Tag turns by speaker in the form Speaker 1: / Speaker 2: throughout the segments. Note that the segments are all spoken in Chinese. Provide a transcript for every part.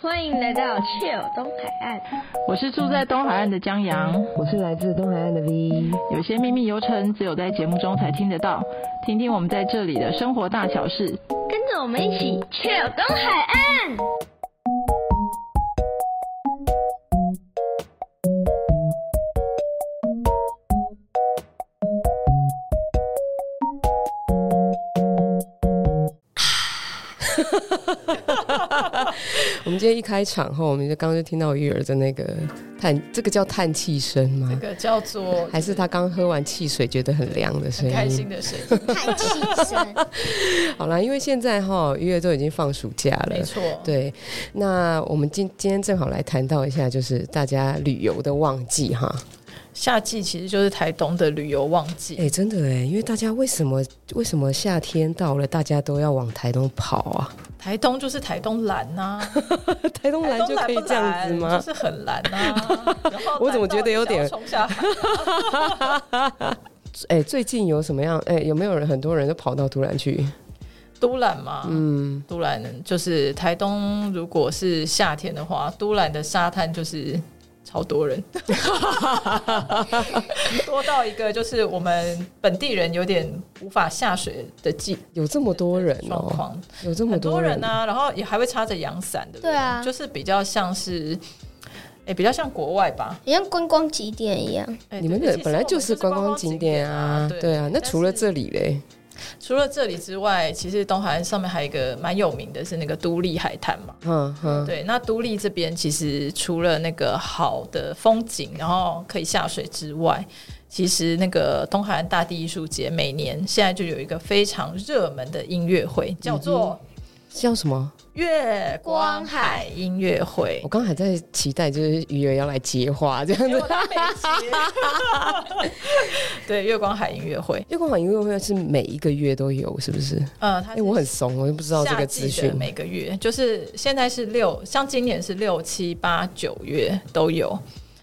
Speaker 1: 欢迎来到 Chill 东海岸，
Speaker 2: 我是住在东海岸的江阳，
Speaker 3: 我是来自东海岸的 V。
Speaker 2: 有些秘密游程只有在节目中才听得到，听听我们在这里的生活大小事。
Speaker 1: 跟着我们一起 Chill 东海岸。
Speaker 3: 我们今天一开场后，我们就刚刚就听到玉儿的那个叹，这个叫叹气声
Speaker 4: 这
Speaker 3: 吗？
Speaker 4: 个叫做
Speaker 3: 还是她刚喝完汽水觉得很凉的声
Speaker 4: 很开
Speaker 3: 音
Speaker 4: 心？的 声音，
Speaker 1: 叹气声，
Speaker 3: 好啦，因为现在哈，玉儿都已经放暑假了
Speaker 4: 没。错，
Speaker 3: 对，那我们今今天正好来谈到一下，就是大家旅游的旺季哈。
Speaker 4: 夏季其实就是台东的旅游旺季。
Speaker 3: 哎、真的哎，因为大家为什么为什么夏天到了，大家都要往台东跑 啊？
Speaker 4: 台东就是台东蓝 呐、
Speaker 3: 台东
Speaker 4: 台
Speaker 3: 来
Speaker 4: 东
Speaker 3: 就可以
Speaker 4: 蓝不
Speaker 3: 这样子
Speaker 4: 蓝
Speaker 3: 吗
Speaker 4: 就？是很蓝 呐、然后
Speaker 3: 我怎么
Speaker 4: 蓝到
Speaker 3: 觉得
Speaker 4: 你
Speaker 3: 有
Speaker 4: 想要
Speaker 3: 点
Speaker 4: 冲下海？
Speaker 3: 哎、最近有什么样？哎、有没有人很多人都跑到突然去？
Speaker 4: 都兰嘛？
Speaker 3: 嗯，
Speaker 4: 都兰就是台东，如果是夏天的话，都兰的沙滩就是。超多 人，多到一个就是我们本地人有点无法下水的季
Speaker 3: 有这么多人
Speaker 4: 状
Speaker 3: 哦，
Speaker 4: 况，
Speaker 3: 有这么
Speaker 4: 很多人
Speaker 3: 人
Speaker 4: 呢、啊，然后也还会插着阳伞，对不对？
Speaker 5: 对啊
Speaker 4: 就是比较像是，哎、比较像国外吧。
Speaker 5: 很像观光景点一样，
Speaker 4: 哎
Speaker 3: 你们
Speaker 4: 对
Speaker 3: 的
Speaker 4: 其实
Speaker 3: 本来
Speaker 4: 我们
Speaker 3: 就
Speaker 4: 就是是
Speaker 3: 观光
Speaker 4: 光
Speaker 3: 景
Speaker 4: 点
Speaker 3: 点啊，
Speaker 4: 对
Speaker 3: 对啊。那
Speaker 4: 但
Speaker 3: 除了
Speaker 4: 是
Speaker 3: 这里嘞，
Speaker 4: 除了这里之外，其实东海岸上面还有一个蛮有名的是那个都立海滩嘛。
Speaker 3: 嗯哼，
Speaker 4: 对，那都立这边其实除了那个好的风景，然后可以下水之外，其实那个东海岸大地艺术节每年现在就有一个非常热门的音乐会，叫
Speaker 3: 嗯
Speaker 4: 做
Speaker 3: 叫什么？
Speaker 4: 月光海音乐会
Speaker 3: 我。刚还在期待，就是鱼儿要来接话这样
Speaker 4: 结
Speaker 3: 子
Speaker 4: 果。他没接 对，月光海音乐会，
Speaker 3: 月光好音乐会是每一个月都有，是不是？
Speaker 4: 呃，它
Speaker 3: 哎、
Speaker 4: 是
Speaker 3: 我很怂，我就不知道这个
Speaker 4: 夏
Speaker 3: 资
Speaker 4: 季
Speaker 3: 讯
Speaker 4: 的。每个月，就是现在是六，像今年是六七八九月都有。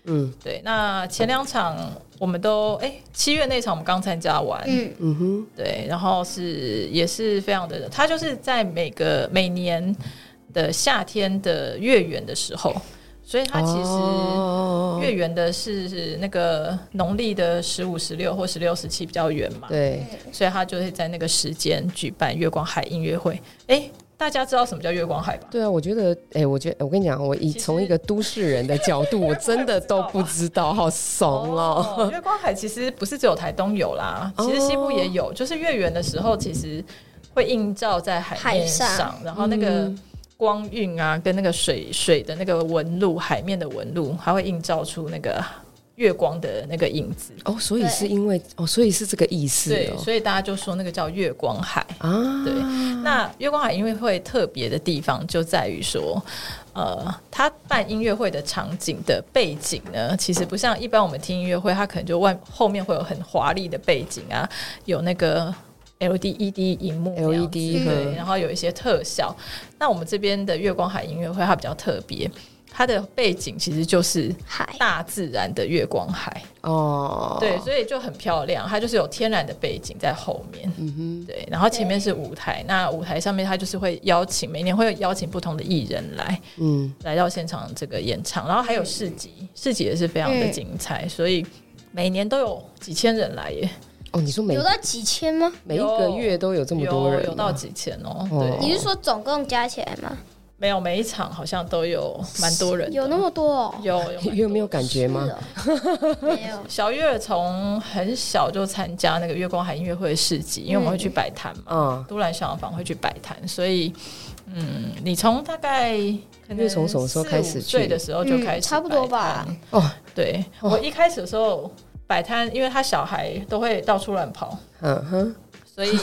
Speaker 3: 嗯
Speaker 4: 对，那前两场我们都哎，七、月那场我们刚参加完，
Speaker 5: 嗯，
Speaker 3: 嗯哼，
Speaker 4: 对，然后是也是非常的，它就是在每个每年的夏天的月圆的时候，所以它其实。
Speaker 3: 哦
Speaker 4: 月圆的是那个农历的十五、十六或十六、十七比较圆嘛，
Speaker 3: 对，
Speaker 4: 所以他就会在那个时间举办月光海音乐会。哎、大家知道什么叫月光海吧？
Speaker 3: 对啊，我觉得，哎、我觉得，我跟你讲，我以
Speaker 4: 其实
Speaker 3: 从一个都市人的角 度，我真的都不知道，好怂哦。
Speaker 4: 月光海其实不是只有台东有啦，
Speaker 3: 哦
Speaker 4: 其实西部也有。就是月圆的时候，其实会映照在海面上，
Speaker 5: 海上
Speaker 4: 然后那
Speaker 3: 嗯
Speaker 4: 个光晕啊，跟那个水水的那个纹路，海面的纹路，还会映照出那个月光的那个影子。
Speaker 3: 哦， 所以
Speaker 5: 对
Speaker 3: 是因为哦，所以是这个意思
Speaker 4: 对，
Speaker 3: 哦。
Speaker 4: 所以大家就说那个叫月光海。
Speaker 3: 啊，
Speaker 4: 对，那月光海音乐会特别的地方就在于说，呃，他办音乐会的场景的背景呢，其实不像一般我们听音乐会，它可能就外后面会有很华丽的背景啊，有那个 LED 荧幕这样子对，
Speaker 3: LED 和
Speaker 4: 然后有一些特效。那我们这边的月光海音乐会它比较特别，它的背景其实就是
Speaker 5: 海
Speaker 4: 大自然的月光海。
Speaker 3: 哦，
Speaker 4: 对，所以就很漂亮，它就是有天然的背景在后面，嗯哼，对，然后前面是舞台，那舞台上面它就是会邀请，每年会邀请不同的艺人来
Speaker 3: 嗯，
Speaker 4: 来到现场这个演唱，然后还有市集，市集也是非常的精彩，所以每年都有几千人来耶，
Speaker 3: 哦，你说每
Speaker 5: 有到几千吗？
Speaker 3: 每一个月都有这么多人
Speaker 4: 有
Speaker 3: 吗，
Speaker 4: 有到几千哦，
Speaker 3: 哦
Speaker 4: 对，
Speaker 5: 你是说总共加起来吗？
Speaker 4: 没有每一场好像都有蛮多人的，
Speaker 5: 有那么多哦？
Speaker 4: 有有蛮多，
Speaker 3: 你有没有感觉吗？
Speaker 5: 是哦？没有
Speaker 4: 小月从很小就参加那个月光海音乐会的市集，因为我们会去摆摊嘛。
Speaker 3: 啊，
Speaker 4: 都兰小洋房会去摆摊，所以嗯，你从大概可能
Speaker 3: 月从什么时候开始去
Speaker 4: 四五岁的时候就开始摆摊、
Speaker 5: 嗯差不多吧
Speaker 3: 哦，
Speaker 4: 对我一开始的时候摆摊，因为他小孩都会到处乱跑，
Speaker 3: 嗯哼，
Speaker 4: 所以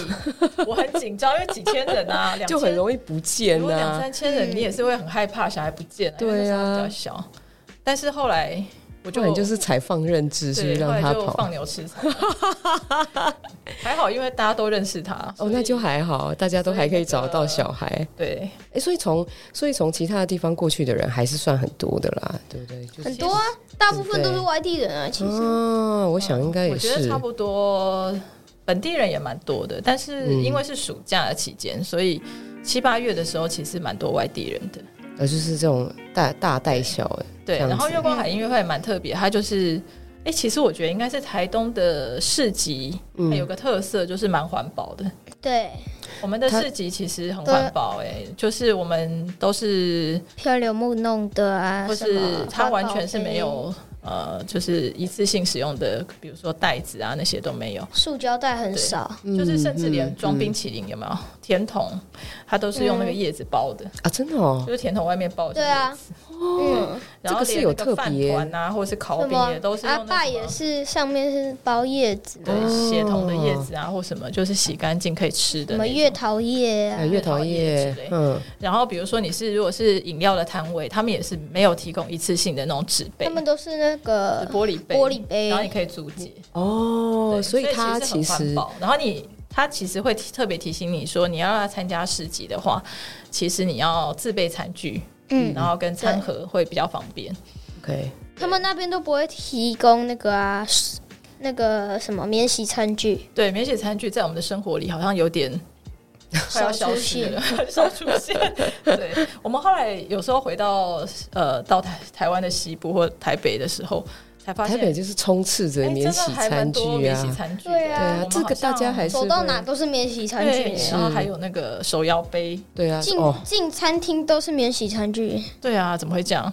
Speaker 4: 我很紧张，因为几千人啊，两千
Speaker 3: 就很容易不见啊
Speaker 4: 如果两
Speaker 3: 呐。
Speaker 4: 三千人，
Speaker 5: 嗯
Speaker 4: 你也是会很害怕小孩不见、啊，因为
Speaker 3: 对啊
Speaker 4: 那时候比较小。但是后来我
Speaker 3: 不
Speaker 4: 就
Speaker 3: 然就是采放任制，是不
Speaker 4: 对
Speaker 3: 是
Speaker 4: 后来
Speaker 3: 让他
Speaker 4: 就
Speaker 3: 跑
Speaker 4: 放？牛吃草，还好，因为大家都认识他，
Speaker 3: 哦，
Speaker 4: 所以
Speaker 3: 那就还好，大家都还可以找到小孩。
Speaker 4: 对。
Speaker 3: 哎，所以从所以从其他的地方过去的人还是算很多的啦，对不对？就是
Speaker 5: 很多啊，大部分都是外地人啊。其实
Speaker 3: 嗯，我想应该
Speaker 4: 我
Speaker 3: 也
Speaker 4: 觉得
Speaker 3: 是
Speaker 4: 差。不多，本地人也蛮多的，但是因为是暑假的期间，所以七八月的时候其实蛮多外地人的。
Speaker 3: 呃，就是这种大大带小哎，
Speaker 4: 对，
Speaker 3: 这样
Speaker 4: 然后
Speaker 3: 子
Speaker 4: 月光海音乐会蛮特别，它就是，哎、其实我觉得应该是台东的市集，它有
Speaker 3: 嗯，
Speaker 4: 个特色就是蛮环保的。
Speaker 5: 对，
Speaker 4: 我们的
Speaker 3: 它
Speaker 4: 市集其实很
Speaker 5: 对
Speaker 4: 环保、哎，就是我们都是，
Speaker 5: 漂流木弄的啊，
Speaker 4: 或
Speaker 5: 什么
Speaker 4: 是它完全是没
Speaker 5: 环保
Speaker 4: 有。呃，就是一次性使用的，比如说袋子啊那些都没有，
Speaker 5: 杯塑胶袋很少，
Speaker 4: 就是甚至
Speaker 3: 嗯
Speaker 4: 连
Speaker 3: 嗯
Speaker 4: 装冰
Speaker 3: 嗯
Speaker 4: 淇淋有没有甜筒，它都是用那个
Speaker 5: 嗯
Speaker 4: 叶子包的，
Speaker 3: 啊，真的哦
Speaker 4: 就，是甜筒外面包的
Speaker 5: 对啊
Speaker 4: 叶子，
Speaker 5: 嗯，
Speaker 4: 然后
Speaker 3: 这个是
Speaker 4: 连
Speaker 3: 有
Speaker 4: 那
Speaker 3: 特
Speaker 4: 个饭
Speaker 3: 别
Speaker 4: 团啊，或者是烤
Speaker 5: 什
Speaker 4: 饼也都
Speaker 5: 么
Speaker 4: 是
Speaker 5: 阿
Speaker 4: 用那
Speaker 5: 爸
Speaker 4: 什么
Speaker 5: 也是上面是包叶子，
Speaker 4: 对
Speaker 3: 哦
Speaker 4: 血统的叶子啊，或什么，就是洗干净可以吃的
Speaker 5: 什
Speaker 4: 那
Speaker 5: 么
Speaker 4: 种
Speaker 5: 月桃叶啊
Speaker 4: 嗯
Speaker 3: 哎，，月桃
Speaker 4: 月桃
Speaker 3: 叶
Speaker 4: 叶之类，
Speaker 3: 嗯，
Speaker 4: 然后比如说你是如果是饮料的摊位，他们也是没有提供一次性的那种纸杯，
Speaker 5: 他们都是那
Speaker 4: 是
Speaker 5: 个
Speaker 4: 玻璃杯，
Speaker 5: 玻璃杯
Speaker 4: 然后你可以租借。
Speaker 3: 哦，
Speaker 4: 对
Speaker 3: 所以它
Speaker 4: 其
Speaker 3: 其
Speaker 4: 实很环
Speaker 3: 实
Speaker 4: 保，然后你。他其实会提特别提醒你说，你要要参加市集的话，其实你要自备餐具，
Speaker 5: 嗯
Speaker 4: 然后跟餐盒会比较方便。
Speaker 3: OK，
Speaker 5: 他们那边都不会提供那个啊，那个什么免洗餐具，
Speaker 4: 对，免洗餐具在我们的生活里好像有 点快要消失了， 少出现。对我们后来有时候回到呃到台台湾的西部或台北的时候，才发现
Speaker 3: 台北就是充斥着
Speaker 4: 哎
Speaker 3: 免
Speaker 4: 真的
Speaker 3: 洗
Speaker 4: 还
Speaker 3: 餐
Speaker 4: 蛮多
Speaker 3: 具
Speaker 4: 免洗
Speaker 3: 啊，
Speaker 4: 餐具的，
Speaker 5: 对
Speaker 3: 对
Speaker 4: 我
Speaker 5: 啊
Speaker 3: 啊
Speaker 4: 们，
Speaker 3: 这
Speaker 4: 好
Speaker 3: 个大家
Speaker 4: 像
Speaker 3: 还是
Speaker 5: 走到
Speaker 3: 会
Speaker 5: 哪都是免洗餐具
Speaker 4: 对，
Speaker 3: 啊
Speaker 5: 耶，
Speaker 4: 然后还有那个手摇杯，
Speaker 3: 对啊，
Speaker 5: 进
Speaker 3: 哦，
Speaker 5: 进餐厅都是免洗餐 具，
Speaker 4: 对啊，怎么会这样？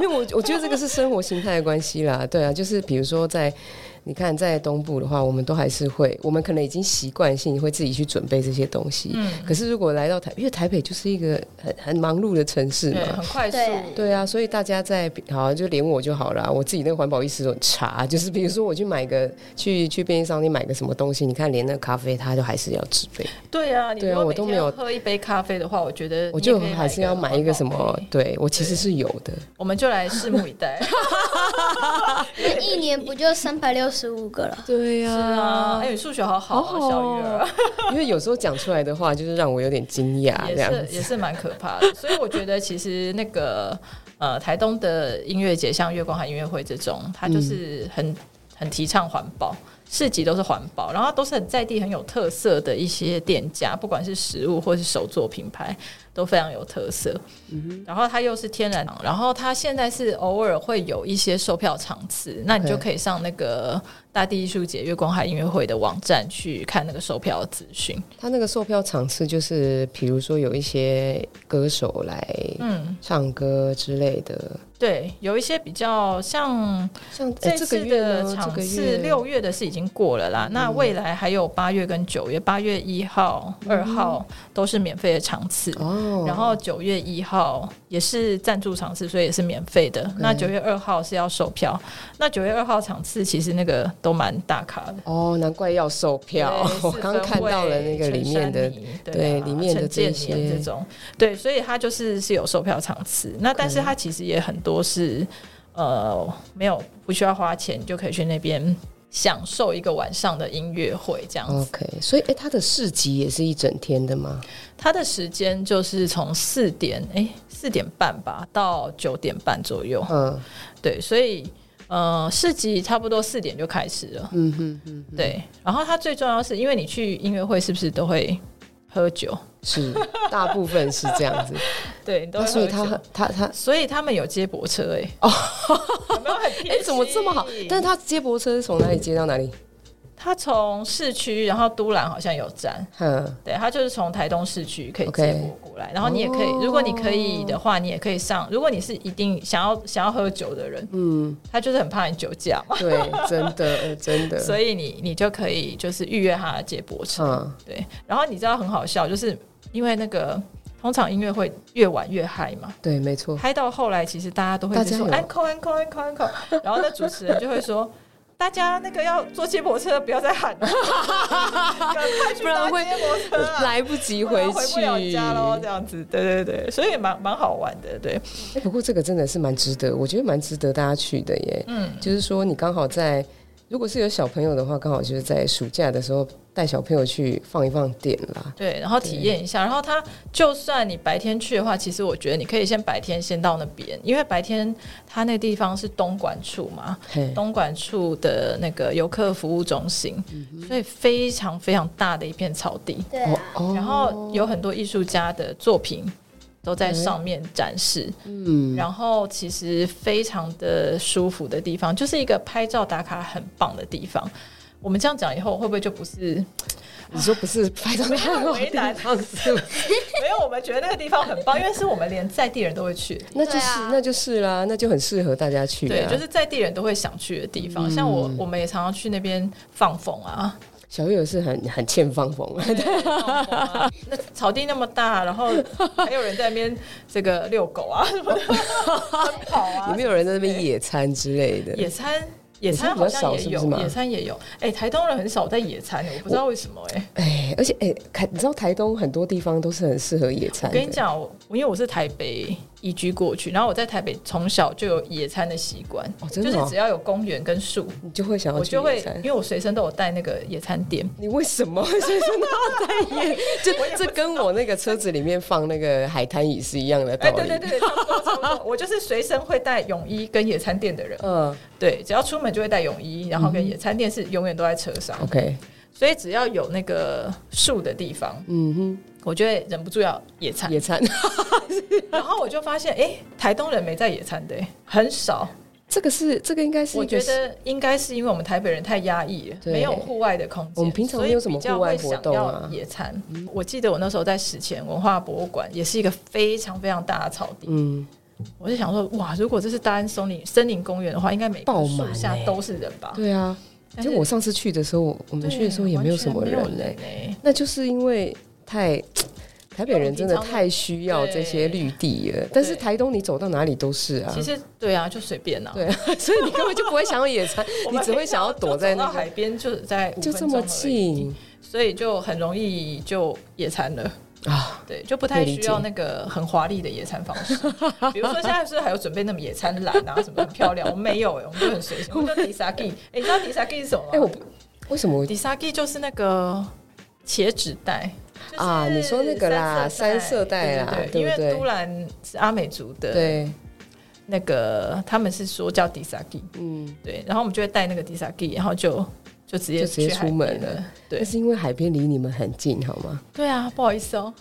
Speaker 3: 没有，我我觉得这个是生活形态的关系啦。对啊，就是比如说在你看在东部的话，我们都还是会，我们可能已经习惯性会自己去准备这些东西。
Speaker 4: 嗯
Speaker 3: 可是如果来到台，因为台北就是一个很很忙碌的城市
Speaker 4: 对，
Speaker 3: 嘛。
Speaker 4: 很快速，
Speaker 5: 对
Speaker 3: 对啊，所以大家在好啊就连我就好啦，我自己那个环保意识都很差。啊就是比如说我去买个去去便利商店买个什么东西，你看连那咖啡它都还是要纸杯，
Speaker 4: 对啊，你
Speaker 3: 对啊
Speaker 4: 如果
Speaker 3: 我
Speaker 4: 每
Speaker 3: 都
Speaker 4: 天
Speaker 3: 没有
Speaker 4: 要喝一杯咖啡的话，我觉得
Speaker 3: 我
Speaker 4: 你也
Speaker 3: 就
Speaker 4: 可以
Speaker 3: 还是要买一个什
Speaker 4: 环保
Speaker 3: 么
Speaker 4: 杯。
Speaker 3: 对我其实是有的。
Speaker 4: 我们就来拭目以 待。
Speaker 5: 那一年不就三百六十五个了？
Speaker 3: 对呀、
Speaker 4: 是啊，哎，你数学好好
Speaker 3: 好
Speaker 4: 哦，
Speaker 3: 好
Speaker 4: 小
Speaker 3: 哦
Speaker 4: 鱼儿。
Speaker 3: 因为有时候讲出来的话，就是让我有点惊讶这样
Speaker 4: 也是也是蛮可怕的。所以我觉得其实那个呃，台东的音乐节，像月光海音乐会这种，它
Speaker 3: 嗯
Speaker 4: 就是很、很提倡环保。市集都是环保，然后都是很在地、很有特色的一些店家，不管是食物或是手作品牌，都非常有特色。
Speaker 3: 嗯
Speaker 4: 然后它又是天然，然后它现在是偶尔会有一些售票场次，那你就
Speaker 3: OK
Speaker 4: 可以上那个大地艺术节、月光海音乐会的网站去看那个售票资讯。
Speaker 3: 他那个售票场次就是，比如说有一些歌手来
Speaker 4: 嗯，
Speaker 3: 唱歌之类的，
Speaker 4: 对，有一些比较像
Speaker 3: 像
Speaker 4: 这
Speaker 3: 哎这个
Speaker 4: 次
Speaker 3: 月
Speaker 4: 的
Speaker 3: 呢，这
Speaker 4: 场
Speaker 3: 个
Speaker 4: 次，
Speaker 3: 月嗯
Speaker 4: 六月的是已经过了啦。那未来还有八月跟九月，八月一号、二号都是免费的场次，
Speaker 3: 嗯哦，
Speaker 4: 然后九月一号也是赞助场次，所以也是免费的。那九月二号是要售票，那九月二号场次其实那个都蛮大咖的。
Speaker 3: 哦，难怪要售票
Speaker 4: 对，
Speaker 3: 我
Speaker 4: 四
Speaker 3: 刚
Speaker 4: 分
Speaker 3: 看到了
Speaker 4: 位
Speaker 3: 那个里面
Speaker 4: 陈
Speaker 3: 的
Speaker 4: 珊妮
Speaker 3: 对
Speaker 4: 对啊
Speaker 3: 里面的
Speaker 4: 陈建
Speaker 3: 这些
Speaker 4: 年这种，对，所以它就是是有售票场次，那但是
Speaker 3: 嗯
Speaker 4: 它其实也很多是呃没有不需要花钱你就可以去那边享受一个晚上的音乐会这样子。
Speaker 3: OK，所以哎，他的市集也是一整天的吗？
Speaker 4: 它的时间就是从四点哎四点半吧到九点半左右，
Speaker 3: 嗯
Speaker 4: 对，所以呃市集差不多四点就开始了，
Speaker 3: 嗯哼嗯哼，
Speaker 4: 对，然后它最重要是因为你去音乐会是不是都会喝酒？
Speaker 3: 是大部分是这样子，
Speaker 4: 对，你都
Speaker 3: 那
Speaker 4: 会
Speaker 3: 哦所以
Speaker 4: 喝
Speaker 3: 他
Speaker 4: 酒
Speaker 3: 他他
Speaker 4: 所以他们有接驳车哎、哦，有 没有很贴
Speaker 3: 欸哎怎么这么好？
Speaker 4: 心
Speaker 3: 但是他接驳车是从哪里接到哪里？
Speaker 4: 他从市区，然后都兰好像有站，
Speaker 3: 哼，
Speaker 4: 对，他就是从台东市区可以
Speaker 3: OK 哦
Speaker 4: 接驳过来。然后你也可以，如果你可以的话，你也可以上。如果你是一定想要想要喝酒的人，
Speaker 3: 嗯，
Speaker 4: 他就是很怕你酒驾嘛，
Speaker 3: 对，真的呃真的，
Speaker 4: 所以你你就可以就是预约他的接驳车。
Speaker 3: 嗯。
Speaker 4: 对，然后你知道很好笑，就是因为那个通常音乐会越晚越嗨嘛，
Speaker 3: 对，没错，
Speaker 4: 拍到后来，其实大家都会
Speaker 3: 大
Speaker 4: 一直说
Speaker 3: 家有
Speaker 4: uncle uncle uncle uncle，然 后那主持人就会说。 大家那个要坐接驳车，不要再喊 了，赶快去
Speaker 3: 不然
Speaker 4: 搭
Speaker 3: 会
Speaker 4: 接驳车啊！
Speaker 3: 来不及
Speaker 4: 不
Speaker 3: 回
Speaker 4: 然
Speaker 3: 去，
Speaker 4: 回不了家喽，这样子，对对对，所以蛮蛮好玩的，对，
Speaker 3: 哎不过这个真的是蛮值得，我觉得蛮值得大家去的耶。
Speaker 4: 嗯，
Speaker 3: 就是说，你刚好在，如果是有小朋友的话，刚好就是在暑假的时候带小朋友去放一放电啦。
Speaker 4: 对，然后体验一下。然后他就算你白天去的话，其实我觉得你可以先白天先到那边，因为白天他那地方是东莞处嘛，
Speaker 3: 嘿，
Speaker 4: 东莞处的那个游客服务中心，
Speaker 3: 嗯
Speaker 4: 所以非常非常大的一片草地。
Speaker 5: 对
Speaker 3: 哦
Speaker 5: 啊，
Speaker 3: 哦
Speaker 4: 然后有很多艺术家的作品都在上面展示。
Speaker 3: 嗯，
Speaker 4: 然后其实非常的舒服的地方，就是一个拍照打卡很棒的地方。我们这样讲以后，会不会就不是
Speaker 3: 你说不是拍照太好的地方是不是？
Speaker 4: 没有？我们觉得那个地方很 棒，因为是我们连在地人都会去的。
Speaker 3: 那就是、
Speaker 5: 对啊
Speaker 3: 那就是啦，那就很适合大家去、啊。嗯
Speaker 4: 对，就是在地人都会想去的地方。像我，我们也常常去那边放风啊，
Speaker 3: 小月是很很欠放风，
Speaker 4: 放风啊 那草地那么大，然后还有人在那边这个遛狗啊什
Speaker 3: 哦
Speaker 4: 么的，奔跑啊，
Speaker 3: 有没有人在那边野餐之类的？
Speaker 4: 野餐。野
Speaker 3: 餐
Speaker 4: 餐
Speaker 3: 比
Speaker 4: 好
Speaker 3: 较
Speaker 4: 像
Speaker 3: 少
Speaker 4: 也
Speaker 3: 是不
Speaker 4: 有，
Speaker 3: 是嘛
Speaker 4: 野餐也有。哎、台东人很少在野餐，我不知道为什么哎、
Speaker 3: 哎，而且哎，看你知道台东很多地方都是很适合野餐
Speaker 4: 我
Speaker 3: 的。
Speaker 4: 跟你讲，我因为我是台北移居过去，然后我在台北从小就有野餐的习惯，
Speaker 3: 哦真
Speaker 4: 就
Speaker 3: 的哦
Speaker 4: 是只要有公园跟树，
Speaker 3: 你就会想要
Speaker 4: 我
Speaker 3: 去
Speaker 4: 就
Speaker 3: 野
Speaker 4: 会
Speaker 3: 餐哦
Speaker 4: 因。为我随身都有带那个野餐垫，
Speaker 3: 你为什么 随身都 要带野？这这跟我那个车子里面放那个海滩椅是一样的道
Speaker 4: 哎、
Speaker 3: 理。
Speaker 4: 对对对，对差不多差不多，我就是随身会带泳衣跟野餐垫的人，
Speaker 3: 嗯
Speaker 4: 对，只要出门就会带泳衣，然后跟野餐垫是永远都在车上，
Speaker 3: ，OK，
Speaker 4: 所以只要有那个树的地方，
Speaker 3: 嗯哼，
Speaker 4: 我就会忍不住要野餐。
Speaker 3: 野餐
Speaker 4: 然后我就发现，哎、台东人没在野餐的、哎很少。
Speaker 3: 这个是这个应该是
Speaker 4: 我
Speaker 3: 一个
Speaker 4: 觉得应该是因为我们台北人太压抑了，
Speaker 3: 对
Speaker 4: 没有户外的空间，
Speaker 3: 我们平常
Speaker 4: 所以
Speaker 3: 没有什么
Speaker 4: 比较
Speaker 3: 户外
Speaker 4: 会
Speaker 3: 活
Speaker 4: 想
Speaker 3: 动
Speaker 4: 要
Speaker 3: 啊
Speaker 4: 野餐，我记得我那时候在史前文化博物馆，也是一个非常非常大的草地。
Speaker 3: 嗯，
Speaker 4: 我就想说，哇，如果这是大安森林森林公园的话，应该每
Speaker 3: 爆
Speaker 4: 棵
Speaker 3: 满
Speaker 4: 树下
Speaker 3: 欸
Speaker 4: 都是人吧？
Speaker 3: 对啊。
Speaker 4: 但
Speaker 3: 就是我上次去的时候，我们
Speaker 4: 哦对啊
Speaker 3: 去的时候也
Speaker 4: 完
Speaker 3: 没有
Speaker 4: 全
Speaker 3: 什么
Speaker 4: 没
Speaker 3: 人
Speaker 4: 人
Speaker 3: 嘞、
Speaker 4: 欸
Speaker 3: 那就是因为太台北人真的太需要这些绿地了，但是台东你走到哪里都是啊
Speaker 4: 其。实对啊，就随便啊。
Speaker 3: 对啊， 所以你根本就不会想要 野餐，
Speaker 4: 我
Speaker 3: 你
Speaker 4: 们
Speaker 3: 只会
Speaker 4: 平
Speaker 3: 想
Speaker 4: 常
Speaker 3: 要躲
Speaker 4: 就
Speaker 3: 在
Speaker 4: 走到
Speaker 3: 那
Speaker 4: 海
Speaker 3: 个，
Speaker 4: 边，就在5
Speaker 3: 就这
Speaker 4: 分
Speaker 3: 么
Speaker 4: 钟而已，
Speaker 3: 近
Speaker 4: 所以就很容易就野餐了。
Speaker 3: 啊！
Speaker 4: 对，就不
Speaker 3: 可以
Speaker 4: 太
Speaker 3: 理
Speaker 4: 需
Speaker 3: 解
Speaker 4: 要那个很华丽的野餐方 式，比如说现在是不是还有准备那么野餐篮啊，什么很漂亮？我们没有哎、我们就很随 性。我们叫迪萨基，哎，你知道迪萨基是什么吗？
Speaker 3: 哎、我不为什么我
Speaker 4: 迪萨基就是那个茄子带。就是
Speaker 3: 啊你说那个啦
Speaker 4: 三带
Speaker 3: 三色带啦
Speaker 4: 对因
Speaker 3: 对不对
Speaker 4: 为都兰是阿美族的，
Speaker 3: 对
Speaker 4: 那个他们是说叫迪萨基，
Speaker 3: 嗯，
Speaker 4: 对，然后我们就会带那个迪萨基，然后就就直接
Speaker 3: 就直接
Speaker 4: 去海
Speaker 3: 出门
Speaker 4: 边
Speaker 3: 了
Speaker 4: 了，对
Speaker 3: 那是因为海边离你们很近，好吗？
Speaker 4: 对啊，不好意思哦、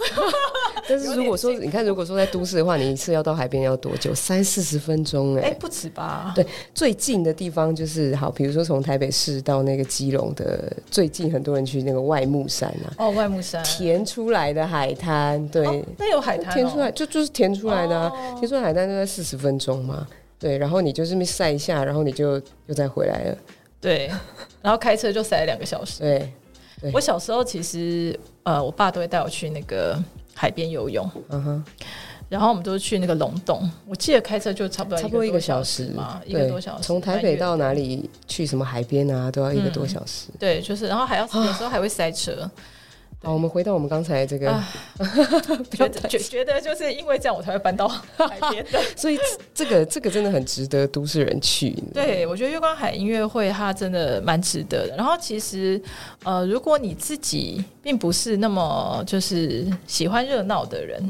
Speaker 3: 但是如果说你看，如果说在都市的话，你一次要到海边要多久？三四十分钟哎、
Speaker 4: 哎、不止吧？
Speaker 3: 对，最近的地方就是好，比如说从台北市到那个基隆的，最近很多人去那个外木山啊，
Speaker 4: 哦，外木山，
Speaker 3: 填出来的海滩，对，
Speaker 4: 哦那有海滩、哦，
Speaker 3: 填出来就就是填出来的、啊，
Speaker 4: 哦
Speaker 3: 填出来海滩就在四十分钟嘛，对，然后你就是那晒一下，然后你就又再回来了，
Speaker 4: 对，然后开车就塞了两个小时。
Speaker 3: 对，
Speaker 4: 我小时候其实呃，我爸都会带我去那个海边游泳，
Speaker 3: 嗯哼，
Speaker 4: 然后我们都去那个龙洞。我记得开车就差不多
Speaker 3: 差不多一
Speaker 4: 一
Speaker 3: 个
Speaker 4: 个
Speaker 3: 小
Speaker 4: 小
Speaker 3: 时
Speaker 4: 嘛，一个
Speaker 3: 对
Speaker 4: 多小时。嗯
Speaker 3: 从台
Speaker 4: 蛮
Speaker 3: 北
Speaker 4: 远
Speaker 3: 到哪里去什么海边啊，都要一个多小时。
Speaker 4: 对，就是然后还要有时候还会塞车，
Speaker 3: 好，我们回到我们刚才这个，
Speaker 4: 啊觉得觉觉得就是因为这样我才会搬到海边的。
Speaker 3: 所以这个这个真的很值得都市人去。
Speaker 4: 对，我觉得月光海音乐会它真的蛮值得的。然后其实，呃，如果你自己并不是那么就是喜欢热闹的人，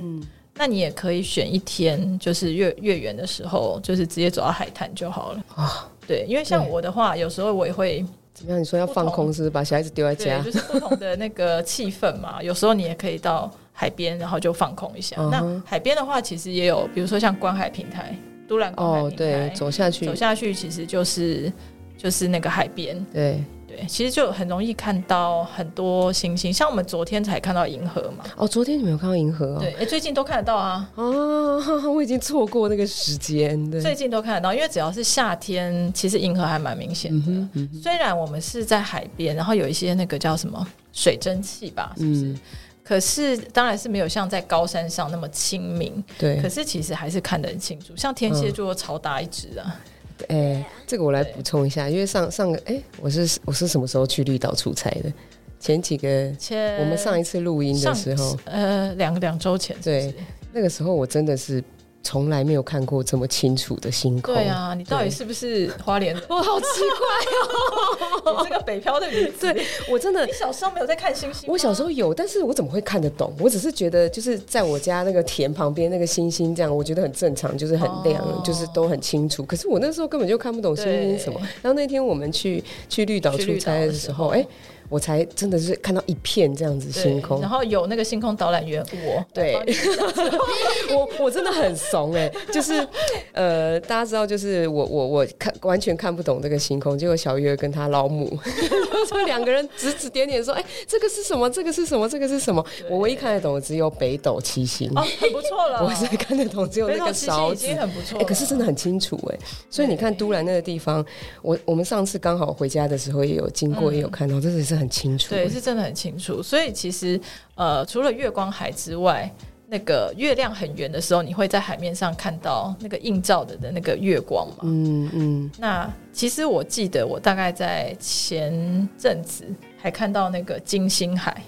Speaker 4: 那你也可以选一天，就是月月圆的时候，就是直接走到海滩就好了。
Speaker 3: 啊，
Speaker 4: 对，因为像我的话，有时候我也会
Speaker 3: 怎么样？你说要放空是不是把小孩子丢在
Speaker 4: 对，
Speaker 3: 家
Speaker 4: 就？是不同的那个气氛嘛。有时候你也可以到海边，然后就放空一下。
Speaker 3: 嗯哼
Speaker 4: 那海边的话，其实也有，比如说像观海平台、都兰观海平
Speaker 3: 哦，
Speaker 4: 台，
Speaker 3: 对，走下去
Speaker 4: 走，下去其实就是就是那个海边，
Speaker 3: 对，
Speaker 4: 对，其实就很容易看到很多星星，像我们昨天才看到银河嘛，
Speaker 3: 哦，昨天你们有看到银河
Speaker 4: 对，哎、最近都看得到啊，
Speaker 3: 哦？啊， 我已经错过那个时间，
Speaker 4: 最
Speaker 3: 对，
Speaker 4: 近都看得到，因为只要是夏天，其实银河还蛮明显
Speaker 3: 嗯
Speaker 4: 的。虽然我们是在海边，然后有一些那个叫什么水蒸气吧，是不是？
Speaker 3: 嗯
Speaker 4: 可是当然是没有像在高山上那么清明，可
Speaker 3: 对，嗯
Speaker 4: 是其实还是看得很清楚。像天蝎座超大一只啊，
Speaker 3: 哎，这个我来补充一下，因为上上个，哎，我是我是什么时候去绿岛出差的？前几个
Speaker 4: 切
Speaker 3: 我们上一次录音的
Speaker 4: 上
Speaker 3: 时候，
Speaker 4: 呃两两周前是不是
Speaker 3: 对那个时候我真的是从来没有看过这么清楚的星空。
Speaker 4: 对啊，你到底
Speaker 3: 对
Speaker 4: 是不是花莲 人？
Speaker 3: 我好奇
Speaker 4: 你这个北漂的女子，
Speaker 3: 怪，我真的
Speaker 4: 你。小时候没有在看星星吗？
Speaker 3: 我小时候有，但是我怎么会看得懂？我只是觉得，就是在我家那个田旁边那个星星，这样我觉得很正常，就是很亮，
Speaker 4: 哦
Speaker 3: 就是都很清楚。可是我那时候根本就看不懂星星是什么
Speaker 4: 对。
Speaker 3: 然后那天我们去去绿岛
Speaker 4: 去
Speaker 3: 出
Speaker 4: 绿岛
Speaker 3: 差的
Speaker 4: 的
Speaker 3: 时
Speaker 4: 时
Speaker 3: 候，
Speaker 4: 候
Speaker 3: 哎、我才真的是看到一片这样子
Speaker 4: 对
Speaker 3: 星空
Speaker 4: 然。后有那个星空导览员我，
Speaker 3: 对， 我我真的很怂哎、就是呃，大家知道，就是我我我看完全看不懂这个星空，结果小月跟他老母， 这两个人指指点点说，哎、这个是什么？这个是什么？这个是什么？我唯一看得懂的只有北斗七星，
Speaker 4: 哦， 很不错 了，
Speaker 3: 我是看得懂只有
Speaker 4: 北
Speaker 3: 那
Speaker 4: 斗
Speaker 3: 个
Speaker 4: 七星
Speaker 3: 勺
Speaker 4: 已
Speaker 3: 子
Speaker 4: 经。很不错
Speaker 3: 哎、
Speaker 4: 了，
Speaker 3: 可是真的很清楚哎、所以你看都兰那个地方，我我们上次刚好回家的时候也有经过，也有看到，真的是很清楚、
Speaker 4: 嗯对，是真的很清楚。所以其实呃，除了月光海之外，那个月亮很圆的时候，你会在海面上看到那个映照的的那个月光嘛？
Speaker 3: 嗯嗯，
Speaker 4: 那其实我记得，我大概在前阵子还看到那个金星海，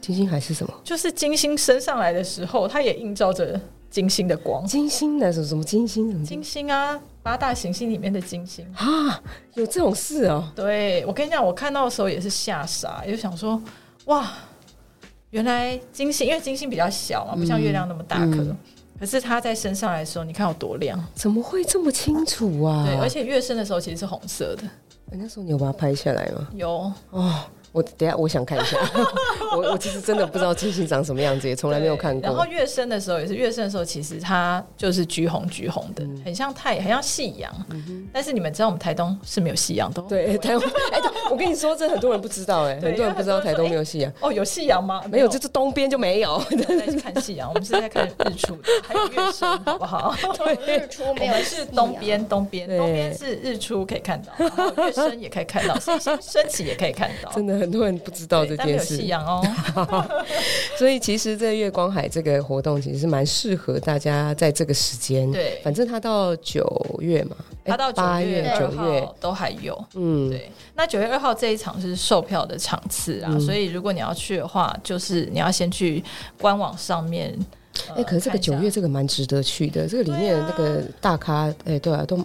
Speaker 3: 金星还是什么？
Speaker 4: 就是金星升上来的时候，它也映照着金星的光。
Speaker 3: 金星的什么什么金星什么
Speaker 4: 金星啊，八大行星里面的金星。
Speaker 3: 啊，有这种事哦、
Speaker 4: 对我跟你讲，我看到的时候也是吓傻，就想说，哇，原来金星，因为金星比较小
Speaker 3: 嗯
Speaker 4: 嘛，不像月亮那么大颗，可是它在升上来的时候，你看有多亮。
Speaker 3: 怎么会这么清楚啊？
Speaker 4: 对，而且月升的时候其实是红色的，
Speaker 3: 哎那时候你有把它拍下来吗？
Speaker 4: 有
Speaker 3: 哦，我等一下我想看 一下，我我其实真的不知道金星长什么样子，也从来没有看
Speaker 4: 对然后
Speaker 3: 过。
Speaker 4: 月升的时候也是月升的时候，其实它就是橘红橘红的，
Speaker 3: 嗯
Speaker 4: 很像太很像夕阳。但是你们知道我们台东是没有夕阳的哦。
Speaker 3: 对，台湾，哎、对我跟你说，这很多人不知道、哎，
Speaker 4: 对
Speaker 3: 很多人不知道台东没有夕阳，
Speaker 4: 哦，有夕阳吗？
Speaker 3: 没有，就
Speaker 4: 就是
Speaker 3: 东边就没有。
Speaker 4: 是在看夕阳，我们是在看日出的，还有月升，好不好？
Speaker 5: 日出没
Speaker 4: 我
Speaker 5: 有啊
Speaker 4: 们是东
Speaker 5: 夕阳，
Speaker 4: 边，东边，
Speaker 3: 对
Speaker 4: 东边是日出可以看到，然后月升也可以看到，所以升起也可以看到，
Speaker 3: 真的很多人不知道这
Speaker 4: 对但没
Speaker 3: 件
Speaker 4: 有
Speaker 3: 事哎
Speaker 4: 夕，阳哦。
Speaker 3: 所以其实这月光海这个活动其实是蛮适合大家在这个时间。
Speaker 4: 对
Speaker 3: 反正它到九月嘛，哎
Speaker 4: 它到九
Speaker 3: 八
Speaker 4: 月
Speaker 3: 九
Speaker 4: 二
Speaker 3: 月
Speaker 4: 号，都还有。
Speaker 3: 嗯，嗯
Speaker 4: 对，那九月二号这一场是售票的场次啊，所以如果你要去的话，就是你要先去官网上面。
Speaker 3: 哎、
Speaker 4: 呃
Speaker 3: 可是这
Speaker 4: 看
Speaker 3: 个
Speaker 4: 一下啊
Speaker 3: 九月这个蛮值得去的，这个里面那个大咖，哎、对啊，都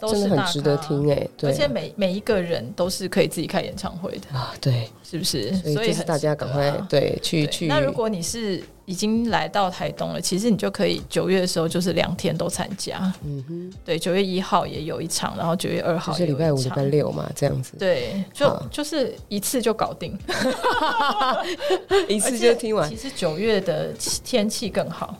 Speaker 4: 都是
Speaker 3: 真的
Speaker 4: 大
Speaker 3: 很
Speaker 4: 咖
Speaker 3: 值得听、哎，对
Speaker 4: 而且每每一个人都是可以自己开演唱会的，
Speaker 3: 啊，对，
Speaker 4: 是不是？
Speaker 3: 所以
Speaker 4: 所以
Speaker 3: 就是
Speaker 4: 很
Speaker 3: 大家
Speaker 4: 值
Speaker 3: 赶
Speaker 4: 得
Speaker 3: 快、
Speaker 4: 啊
Speaker 3: 对去
Speaker 4: 对
Speaker 3: 去。
Speaker 4: 那如果你是已经来到台东了，其实你就可以九月的时候就是两天都参加。
Speaker 3: 嗯哼，
Speaker 4: 对，九月一号也有一场，然后九月二
Speaker 3: 就
Speaker 4: 号
Speaker 3: 是
Speaker 4: 也
Speaker 3: 礼
Speaker 4: 有
Speaker 3: 拜五、
Speaker 4: 一
Speaker 3: 礼
Speaker 4: 场
Speaker 3: 拜。六嘛，这样子，
Speaker 4: 对，就
Speaker 3: 好
Speaker 4: 就是一次就搞定，
Speaker 3: 一次就听
Speaker 4: 而
Speaker 3: 完
Speaker 4: 且。其实九月的气天气更好，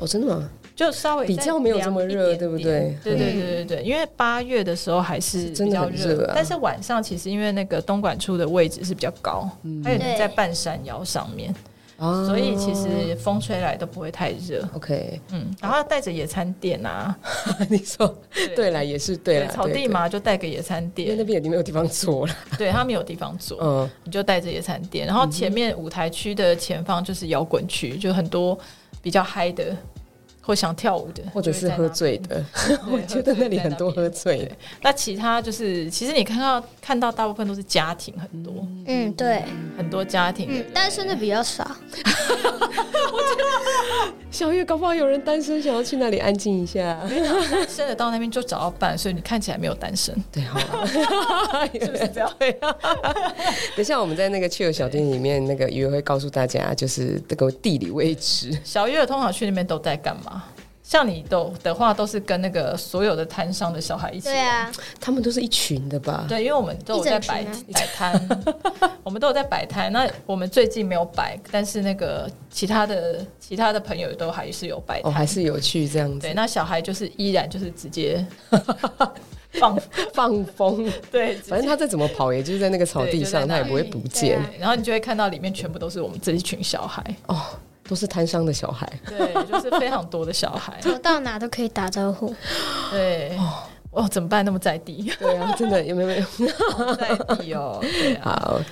Speaker 3: 哦，真的吗？
Speaker 4: 就稍微
Speaker 3: 比
Speaker 4: 再
Speaker 3: 较没有这么
Speaker 4: 凉一
Speaker 3: 热
Speaker 4: 点
Speaker 3: 对不
Speaker 4: 点
Speaker 3: 对嗯
Speaker 4: 对对对对对，因为八月的时候还
Speaker 3: 是
Speaker 4: 是
Speaker 3: 真
Speaker 4: 比
Speaker 3: 的
Speaker 4: 较
Speaker 3: 很热啊
Speaker 4: 但是晚上其实因为那个东莞处的位置是比较高，
Speaker 3: 嗯
Speaker 4: 还有你在半山腰上面，
Speaker 3: 啊，
Speaker 4: 所以其实风吹来都不会太热。
Speaker 3: OK，
Speaker 4: 嗯，然后带着野餐垫啊，
Speaker 3: 你说对啦，也是对啦，
Speaker 4: 草地，嘛就带个野餐
Speaker 3: 对对因为那
Speaker 4: 垫，
Speaker 3: 边已经没有地方坐了。
Speaker 4: 对他们有地方坐，
Speaker 3: 嗯，
Speaker 4: 你就带着野餐垫。然后前面舞台区的前方就是摇滚区，就很多比较嗨的或想跳舞的，
Speaker 3: 或者是喝醉的，
Speaker 4: 就会在那边，
Speaker 3: 我觉得那里很多喝
Speaker 4: 喝。
Speaker 3: 醉的
Speaker 4: 对。那其他就是，其实你看到看到大部分都是家庭，很多、
Speaker 5: 嗯，对，
Speaker 4: 很多家庭的
Speaker 5: 嗯
Speaker 4: 人，，
Speaker 5: 单身的比较少，
Speaker 3: 小月，搞不好有人单身想要去那里安静一下。
Speaker 4: 单身的到那边就找到伴，所以你看起来没有单 身。
Speaker 3: 对，好了，是不是这样？对啊。等一下，我们在那个去友小店里面，那个鱼儿会告诉大家，就是这个地理位置。
Speaker 4: 小月通常去那边都在干嘛？像你都的话，都是跟那个所有的摊商的小孩一起。
Speaker 5: 对啊，
Speaker 3: 他们都是一群的吧？
Speaker 4: 对，因为我们都有在摆
Speaker 5: 一整群
Speaker 4: 摆摊， 我们都有在摆摊。那我们最近没有摆，但是那个其他的其他的朋友都还是有摆
Speaker 3: 哦，
Speaker 4: 摊。
Speaker 3: 还是有趣这样子
Speaker 4: 对，那小孩就是依然就是直接 放
Speaker 3: 放 风。
Speaker 4: 对，直
Speaker 3: 反正
Speaker 4: 接
Speaker 3: 他再怎么跑，也就是在那个草地
Speaker 4: 对就在
Speaker 3: 上，他
Speaker 4: 那
Speaker 3: 也
Speaker 4: 里
Speaker 3: 不会不见。
Speaker 4: 对，然后你就会看到里面全部都是我们这一群小孩，
Speaker 3: 哦，都是摊商的小孩。
Speaker 4: 对，就是非常多的小 孩，
Speaker 5: 我到哪都可以打招呼。
Speaker 4: 对。哦，怎么办？那么在地，
Speaker 3: 对啊，真的有没有？
Speaker 4: 在地哦，对啊。
Speaker 3: 好，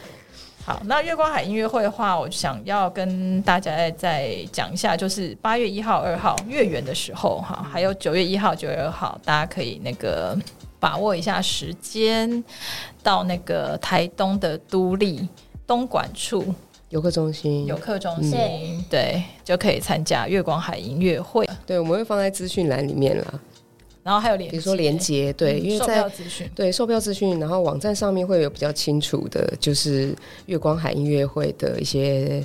Speaker 4: 好，那月光海音乐会的话，我想要跟大家再再讲一下，就是八月一号、二号月圆的时候
Speaker 3: 嗯
Speaker 4: 哈，还有九月一号、九月二号，大家可以那个把握一下时间，到那个台东的都立东莞处
Speaker 3: 游客中心
Speaker 4: 游客中心，
Speaker 3: 嗯
Speaker 4: 对，就可以参加月光海音乐会，
Speaker 3: 对，我们会放在资讯栏里面啦。
Speaker 4: 然后还有连
Speaker 3: 比如说连接，对，因为
Speaker 4: 售
Speaker 3: 在
Speaker 4: 票资讯，
Speaker 3: 对，嗯售票资讯，然后网站上面会有比较清楚的，就是月光海音乐会的一些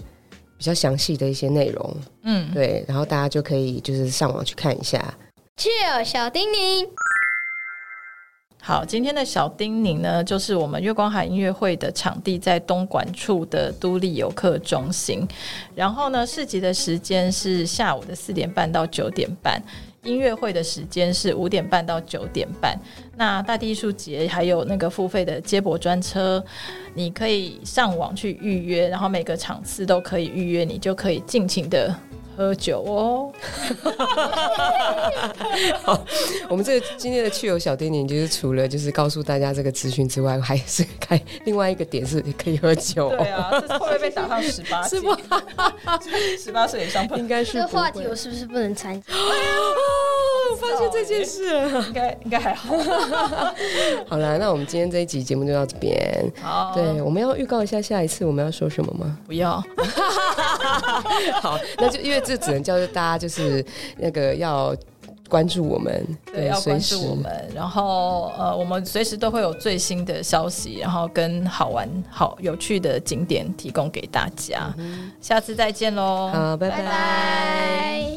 Speaker 3: 比较详细的一些内容。
Speaker 4: 嗯，
Speaker 3: 对，然后大家就可以就是上网去看一下。
Speaker 5: Chill 小叮咛，
Speaker 4: 好，今天的小叮咛呢，就是我们月光海音乐会的场地在东莞处的都立游客中心。然后呢，市集的时间是下午的四点半到九点半，音乐会的时间是五点半到九点半。那大地艺术节还有那个付费的接驳专车，你可以上网去预约，然后每个场次都可以预约，你就可以尽情的喝酒哦。
Speaker 3: 我们这个今天的去游小叮咛，就是除了就是告诉大家这个资讯之外，还是开另外一个点是可以喝酒、
Speaker 4: 对啊，这会不会被打上十八？
Speaker 3: 是不？
Speaker 4: 十八岁以上不
Speaker 3: 应该
Speaker 5: 这
Speaker 3: 是
Speaker 5: 个
Speaker 3: 不
Speaker 5: 话题
Speaker 3: 会
Speaker 5: 我是不是不能参加？
Speaker 3: 我发现这件事了。
Speaker 4: 应该应该还 好。
Speaker 3: 好了，那我们今天这一集节目就到这边。
Speaker 4: 好，
Speaker 3: 对，我们要预告一下下一次我们要说什么吗？
Speaker 4: 不要，
Speaker 3: 好，那就因为这只能叫大家就是那个要关注我们，
Speaker 4: 对，要
Speaker 3: 随
Speaker 4: 关
Speaker 3: 时
Speaker 4: 注我们。然后呃，我们随时都会有最新的消息，然后跟好玩、好有趣的景点提供给大家。下次再见喽！
Speaker 3: 嗯好，拜拜
Speaker 5: 拜拜。